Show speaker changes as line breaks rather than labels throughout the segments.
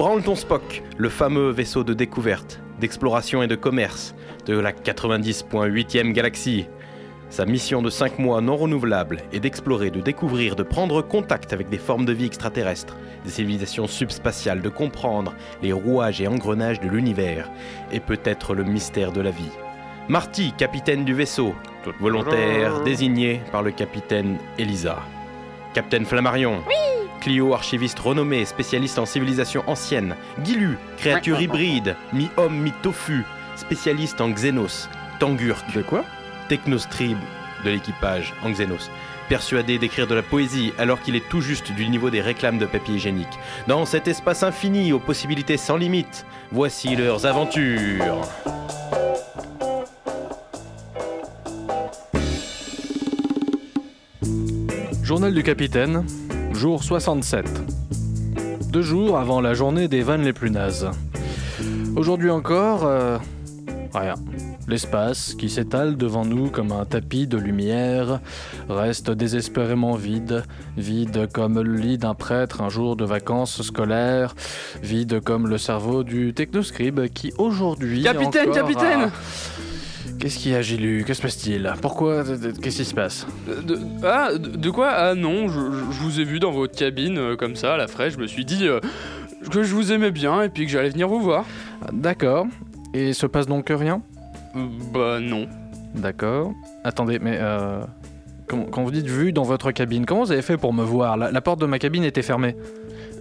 Branle ton Spock, le fameux vaisseau de découverte, d'exploration et de commerce de la 90.8e galaxie. Sa mission de 5 mois non renouvelable est d'explorer, de découvrir, de prendre contact avec des formes de vie extraterrestres, des civilisations subspatiales, de comprendre les rouages et engrenages de l'univers, et peut-être le mystère de la vie. Marty, capitaine du vaisseau, volontaire désigné par le capitaine Elisa. Capitaine Flammarion. Clio, archiviste renommé, spécialiste en civilisation ancienne. Guilu, créature hybride, mi-homme, mi-tofu, spécialiste en xénos. Tangurk.
De quoi
Technostrib de l'équipage en Xenos, persuadé d'écrire de la poésie alors qu'il est tout juste du niveau des réclames de papier hygiénique. Dans cet espace infini aux possibilités sans limite, voici leurs aventures.
Journal du capitaine, jour 67. Deux jours avant la journée des vannes les plus nazes. Aujourd'hui encore, euh, rien. L'espace, qui s'étale devant nous comme un tapis de lumière, reste désespérément vide, vide comme le lit d'un prêtre un jour de vacances scolaires, vide comme le cerveau du technoscribe qui aujourd'hui...
Capitaine,
encore
capitaine
a- Qu'est-ce qu'il y a, Gilu Que se passe-t-il Pourquoi Qu'est-ce qui se passe
Euh, de- ah, de, de quoi Ah non, je, je- je vous ai vu dans votre cabine euh, comme ça à la fraîche, je me suis dit euh, que je vous aimais bien et puis que j'allais venir vous voir.
D'accord. Et se passe donc rien
Euh, bah non.
D'accord. Attendez, mais euh, quand, quand vous dites vue dans votre cabine, comment vous avez fait pour me voir la, la porte de ma cabine était fermée.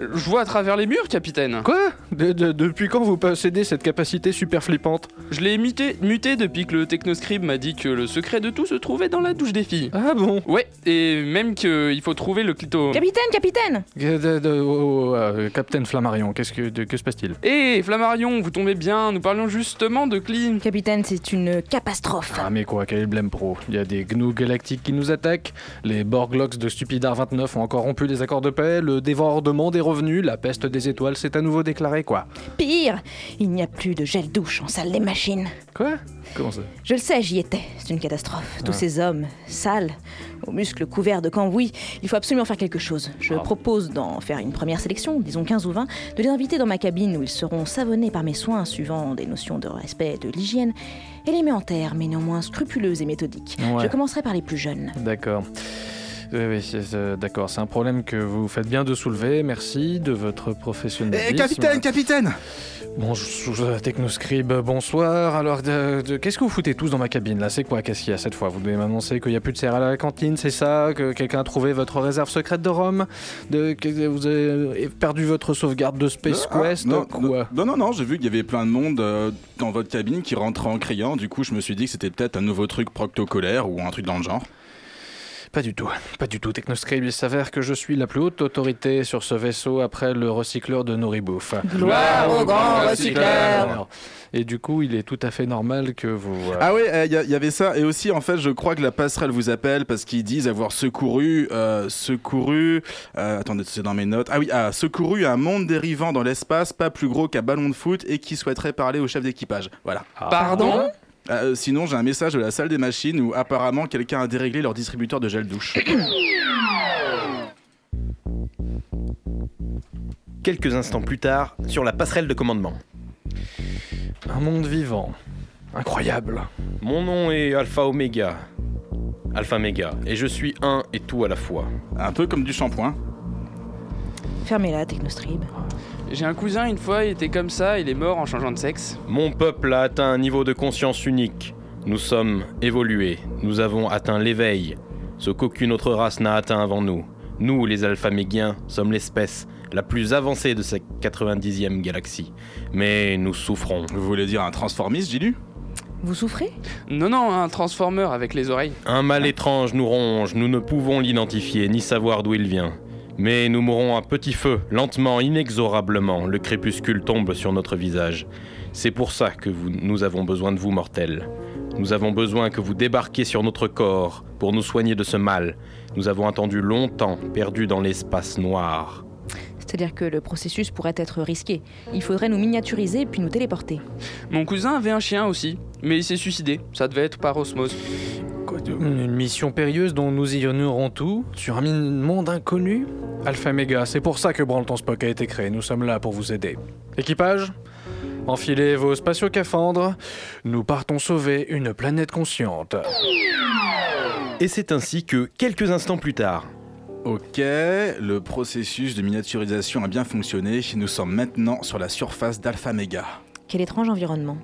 Euh, Je vois à travers les murs, capitaine.
Quoi De- de- Depuis quand vous possédez cette capacité super flippante
Je l'ai muté, muté depuis que le technoscribe m'a dit que le secret de tout se trouvait dans la douche des filles.
Ah bon
Ouais, et même qu'il faut trouver le clito.
Capitaine, capitaine
Euh, de- de- oh, oh, euh, Captain Flammarion, qu'est-ce que, de- que se passe-t-il
Hé, Eh, Flammarion, vous tombez bien, nous parlions justement de Clean.
Capitaine, c'est une catastrophe.
ah mais quoi, quel blême pro Il y a des gnous galactiques qui nous attaquent, les Borglocks de Stupidar 29 ont encore rompu les accords de paix, le dévorement des revenus, la peste des étoiles s'est à nouveau déclarée, quoi.
Pire, il n'y a plus de gel douche en salle des machines.
Quoi Comment ça
Je le sais, j'y étais. C'est une catastrophe. Tous
Ah.
ces hommes, sales, aux muscles couverts de cambouis, il faut absolument faire quelque chose. Je
Ah.
propose d'en faire une première sélection, disons 15 ou 20, de les inviter dans ma cabine où ils seront savonnés par mes soins suivant des notions de respect et de l'hygiène, élémentaires mais néanmoins scrupuleuses et méthodiques.
Ouais.
Je commencerai par les plus jeunes.
D'accord. Oui, oui, c'est- c'est- d'accord. C'est un problème que vous faites bien de soulever. Merci de votre professionnalisme.
Eh, capitaine, capitaine
Bonjour, Technoscribe, bonsoir. Alors, de- de- qu'est-ce que vous foutez tous dans ma cabine là C'est quoi Qu'est-ce qu'il y a cette fois Vous devez m'annoncer qu'il n'y a plus de céréales à la cantine, c'est ça Que quelqu'un a trouvé votre réserve secrète de Rome de, que vous avez perdu votre sauvegarde de Space
Non, ah,
Quest
non,
Quoi
Non, non, non, j'ai vu qu'il y avait plein de monde euh, dans votre cabine qui rentrait en criant. Du coup, je me suis dit que c'était peut-être un nouveau truc proctocolaire ou un truc dans le genre.
Pas du tout, pas du tout. Technoscribe, il s'avère que je suis la plus haute autorité sur ce vaisseau après le recycleur de Noribouf.
Gloire au
Ah,
grand recycleur.
Alors, et du coup, il est tout à fait normal que vous. euh,
Ah oui, il y, a- y avait ça. Et aussi, en fait, je crois que la passerelle vous appelle parce qu'ils disent avoir secouru, euh, secouru. euh, attendez, c'est dans mes notes. Ah oui, ah, secouru un monde dérivant dans l'espace, pas plus gros qu'un ballon de foot, et qui souhaiterait parler au chef d'équipage. Voilà.
Pardon
Euh, sinon, j'ai un message de la salle des machines où apparemment quelqu'un a déréglé leur distributeur de gel douche.
Quelques instants plus tard, sur la passerelle de commandement.
Un monde vivant. Incroyable.
Mon nom est Alpha Omega. Alpha Omega. Et je suis un et tout à la fois.
un peu comme du shampoing.
Fermez-la, Technostrib.
J'ai un cousin, une fois, il était comme ça, il est mort en changeant de sexe.
Mon peuple a atteint un niveau de conscience unique. Nous sommes évolués. Nous avons atteint l'éveil. Ce qu'aucune autre race n'a atteint avant nous. Nous, les Alpha Omégiens, sommes l'espèce la plus avancée de cette 90e galaxie. Mais nous souffrons.
Vous voulez dire un transformiste, j'ai lu
Vous souffrez
Non, non, un transformer avec les oreilles.
Un mal étrange nous ronge, nous ne pouvons l'identifier ni savoir d'où il vient. Mais nous mourons à petit feu, lentement, inexorablement, le crépuscule tombe sur notre visage. C'est pour ça que vous- nous avons besoin de vous, mortels. Nous avons besoin que vous débarquiez sur notre corps pour nous soigner de ce mal. Nous avons attendu longtemps, perdus dans l'espace noir.
C'est-à-dire que le processus pourrait être risqué. Il faudrait nous miniaturiser puis nous téléporter.
Mon cousin avait un chien aussi, mais il s'est suicidé. Ça devait être par osmose.
Quoi, Une mission périlleuse dont nous ignorons tout, sur un min- monde inconnu Alpha Mega, c'est pour ça que Branleton Spock a été créé, nous sommes là pour vous aider. Équipage, enfilez vos spatiaux cafandres, nous partons sauver une planète consciente.
Et c'est ainsi que, quelques instants plus tard,
Ok, le processus de miniaturisation a bien fonctionné. Nous sommes maintenant sur la surface d'Alpha Mega.
Quel étrange environnement.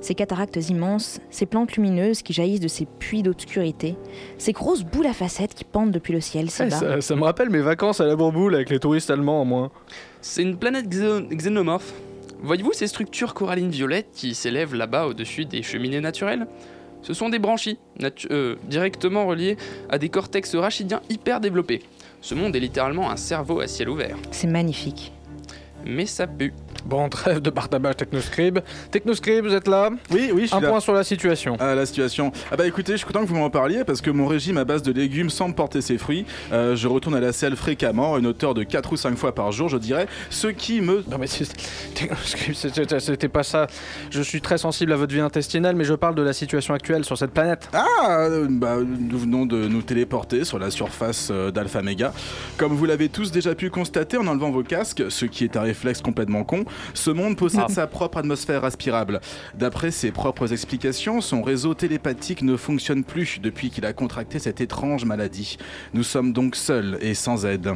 Ces cataractes immenses, ces plantes lumineuses qui jaillissent de ces puits d'obscurité, ces grosses boules à facettes qui pendent depuis le ciel si bas.
ça, ça me rappelle mes vacances à la Bourboule avec les touristes allemands, moi.
C'est une planète xé- xénomorphe. Voyez-vous ces structures corallines violettes qui s'élèvent là-bas au-dessus des cheminées naturelles Ce sont des branchies, natu- euh, directement reliées à des cortex rachidiens hyper développés. Ce monde est littéralement un cerveau à ciel ouvert.
C'est magnifique.
Mais ça pue.
Bon, trêve de partabage Technoscribe. Technoscribe, vous êtes là
Oui, oui, je suis
Un
là.
point sur la situation.
Ah, la situation. Ah bah écoutez, je suis content que vous m'en parliez parce que mon régime à base de légumes semble porter ses fruits. Euh, je retourne à la selle fréquemment, à une hauteur de 4 ou 5 fois par jour, je dirais. Ce qui me.
Non mais c'est- Technoscribe, c'est- c'est- c'était pas ça. Je suis très sensible à votre vie intestinale, mais je parle de la situation actuelle sur cette planète.
Ah euh, bah, Nous venons de nous téléporter sur la surface euh, d'Alpha Mega. Comme vous l'avez tous déjà pu constater en enlevant vos casques, ce qui est un réflexe complètement con, ce monde possède sa propre atmosphère respirable. D'après ses propres explications, son réseau télépathique ne fonctionne plus depuis qu'il a contracté cette étrange maladie. Nous sommes donc seuls et sans aide.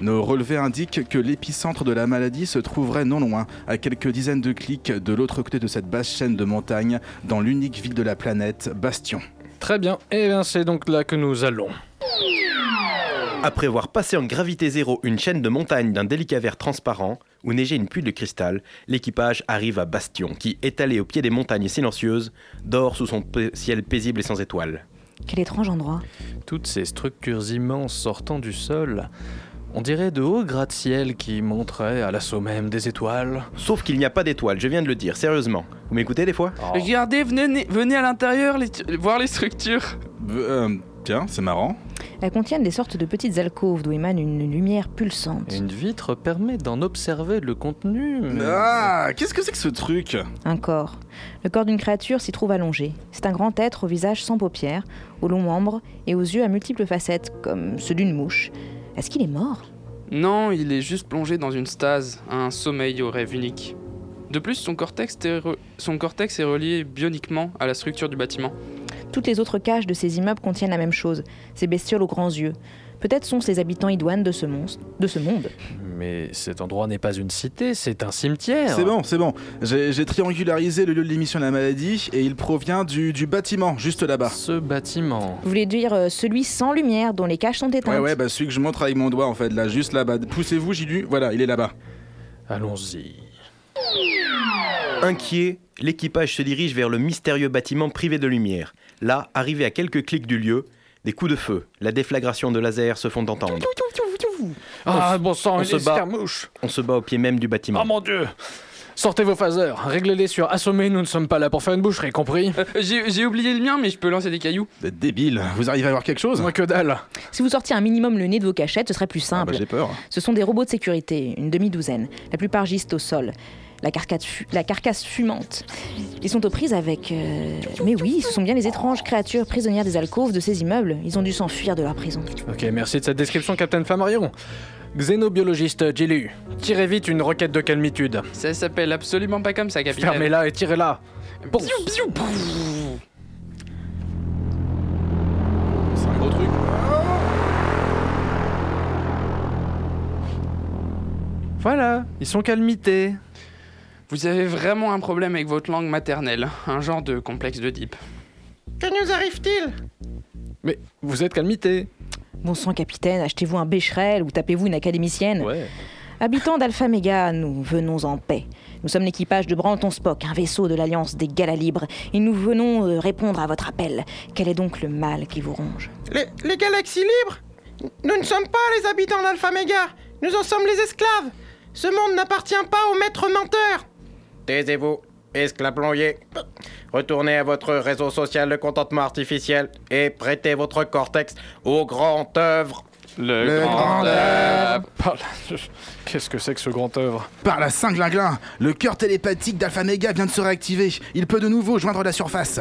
Nos relevés indiquent que l'épicentre de la maladie se trouverait non loin, à quelques dizaines de clics de l'autre côté de cette basse chaîne de montagne, dans l'unique ville de la planète, Bastion.
Très bien, et bien c'est donc là que nous allons.
Après avoir passé en gravité zéro une chaîne de montagne d'un délicat vert transparent, où neigeait une pluie de cristal, l'équipage arrive à Bastion, qui, étalé au pied des montagnes silencieuses, dort sous son p- ciel paisible et sans étoiles.
Quel étrange endroit.
Toutes ces structures immenses sortant du sol, on dirait de hauts gratte-ciel qui montraient à l'assaut même des étoiles.
Sauf qu'il n'y a pas d'étoiles, je viens de le dire, sérieusement. Vous m'écoutez des fois
Oh.
Regardez, venez, venez à l'intérieur les- voir les structures.
Euh, tiens, c'est marrant.
Elles contiennent des sortes de petites alcôves d'où émane une lumière pulsante.
Une vitre permet d'en observer le contenu. mais-
Ah, qu'est-ce que c'est que ce truc
Un corps. Le corps d'une créature s'y trouve allongé. C'est un grand être au visage sans paupières, aux longs membres et aux yeux à multiples facettes, comme ceux d'une mouche. Est-ce qu'il est mort
Non, il est juste plongé dans une stase, un sommeil au rêve unique. De plus, son cortex, est re- son cortex est relié bioniquement à la structure du bâtiment.
Toutes les autres cages de ces immeubles contiennent la même chose, ces bestioles aux grands yeux. Peut-être sont ces habitants idoines de ce, monstre, de ce monde.
Mais cet endroit n'est pas une cité, c'est un cimetière.
C'est bon, c'est bon. J'ai j'ai triangularisé le lieu de l'émission de la maladie et il provient du, du bâtiment, juste là-bas.
Ce bâtiment.
Vous voulez dire euh, celui sans lumière dont les cages sont éteintes
Ouais, ouais, bah celui que je montre avec mon doigt en fait, là, juste là-bas. Poussez-vous, Gilu, voilà, il est là-bas.
Allons-y.
Inquiet, l'équipage se dirige vers le mystérieux bâtiment privé de lumière. Là, arrivé à quelques clics du lieu, des coups de feu, la déflagration de lasers se font entendre.
Ah bon sang,
on
une
se bat.
escarmouche.
On se bat au pied même du bâtiment.
Oh mon dieu Sortez vos phasers, réglez-les sur assommés, nous ne sommes pas là pour faire une boucherie, compris
Euh, J'ai j'ai oublié le mien, mais je peux lancer des cailloux.
Vous êtes débile, vous arrivez à voir quelque chose
Moi que dalle
Si vous sortiez un minimum le nez de vos cachettes, ce serait plus
Ah
simple.
bah, J'ai peur.
ce sont des robots de sécurité, une demi-douzaine. La plupart gisent au sol. La, carcasse fu- la carcasse fumante. Ils sont aux prises avec... euh, Mais oui, ce sont bien les étranges créatures prisonnières des alcôves de ces immeubles. Ils ont dû s'enfuir de leur prison.
Ok, merci de cette description, Captain Famarion. Xénobiologiste Jilu, tirez vite une roquette de calmitude.
Ça s'appelle absolument pas comme ça, capitaine.
Fermez-la et tirez-la. Bon.
Pfiou, pfiou, pfiou.
C'est un gros truc.
Voilà, ils sont calmités.
Vous avez vraiment un problème avec votre langue maternelle, un genre de complexe de dip.
Que nous arrive-t-il
Mais vous êtes calmités.
Bon sang, capitaine, achetez-vous un bécherel ou tapez-vous une académicienne.
Ouais.
Habitants d'Alpha Mega, nous venons en paix. Nous sommes l'équipage de Branton Spock, un vaisseau de l'Alliance des Galas Libres, et nous venons euh, répondre à votre appel. Quel est donc le mal qui vous ronge
les, les galaxies libres Nous ne sommes pas les habitants d'Alpha Mega, nous en sommes les esclaves. Ce monde n'appartient pas aux maîtres menteurs. Taisez-vous, esclaves plombiers. Retournez à votre réseau social de contentement artificiel et prêtez votre cortex aux grandes œuvres.
Le,
grand
œuvre.
Par là- Qu'est-ce que c'est que ce grand œuvre
Par la cinglinglin, le cœur télépathique d'Alpha Mega vient de se réactiver. Il peut de nouveau joindre la surface.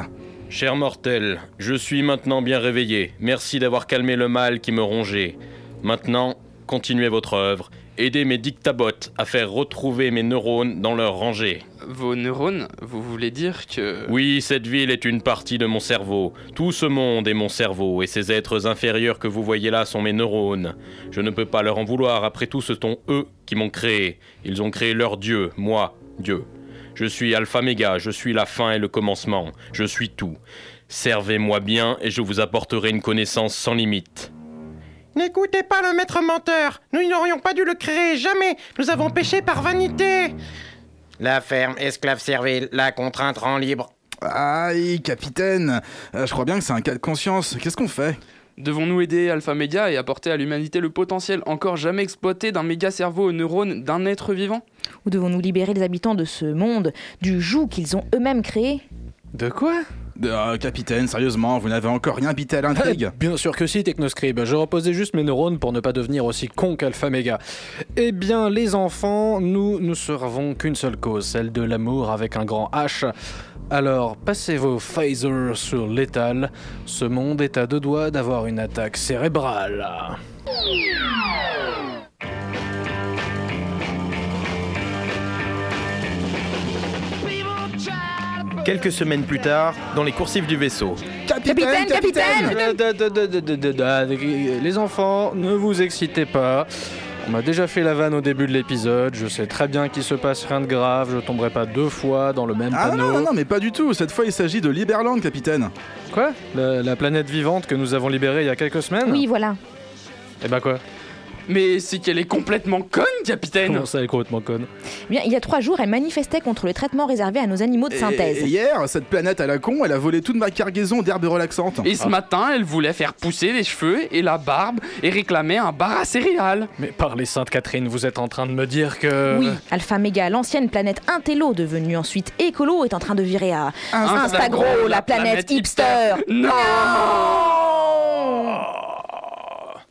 Cher mortel, je suis maintenant bien réveillé. Merci d'avoir calmé le mal qui me rongeait. Maintenant, continuez votre œuvre. Aidez mes dictabots à faire retrouver mes neurones dans leur rangée.
Vos neurones, vous voulez dire que...
Oui, cette ville est une partie de mon cerveau. Tout ce monde est mon cerveau, et ces êtres inférieurs que vous voyez là sont mes neurones. Je ne peux pas leur en vouloir, après tout ce sont eux qui m'ont créé. Ils ont créé leur Dieu, moi, Dieu. Je suis Alpha Méga, je suis la fin et le commencement, je suis tout. Servez-moi bien et je vous apporterai une connaissance sans limite.
N'écoutez pas le maître menteur. Nous n'aurions pas dû le créer, jamais. Nous avons péché par vanité. La ferme, esclave servile, la contrainte rend libre.
Aïe, capitaine Euh, Je crois bien que c'est un cas de conscience. Qu'est-ce qu'on fait
Devons-nous aider Alpha Media et apporter à l'humanité le potentiel encore jamais exploité d'un méga cerveau aux neurones d'un être vivant
Ou devons-nous libérer les habitants de ce monde du joug qu'ils ont eux-mêmes créé
De quoi
Euh, Capitaine, sérieusement, vous n'avez encore rien bité à l'intrigue
Eh, Bien sûr que si, Technoscribe. Je reposais juste mes neurones pour ne pas devenir aussi con qu'Alpha Méga. Eh bien, les enfants, nous ne servons qu'une seule cause, celle de l'amour avec un grand H. Alors, passez vos phasers sur l'étal. Ce monde est à deux doigts d'avoir une attaque cérébrale.
Quelques semaines plus tard, dans les coursives du vaisseau.
Capitaine, capitaine
Les enfants, ne vous excitez pas. On m'a déjà fait la vanne au début de l'épisode. Je sais très bien qu'il se passe rien de grave. Je tomberai pas deux fois dans le même
Ah
panneau.
non, non, non, mais pas du tout. Cette fois, il s'agit de Liberland, capitaine.
Quoi la, la planète vivante que nous avons libérée il y a quelques semaines
Oui, voilà.
Eh ben quoi
Mais c'est qu'elle est complètement conne, capitaine
Comment ça, elle est complètement conne
Eh Bien, il y a trois jours, elle manifestait contre le traitement réservé à nos animaux de
Et-
synthèse.
Et hier, cette planète à la con, elle a volé toute ma cargaison d'herbes relaxantes.
Et ce matin, elle voulait faire pousser les cheveux et la barbe et réclamait un bar à céréales.
Mais par les Sainte Catherine, vous êtes en train de me dire que...
Oui, Alpha Méga, l'ancienne planète Intello, devenue ensuite écolo, est en train de virer à
Instagro,
Instagro, la planète hipster.
Non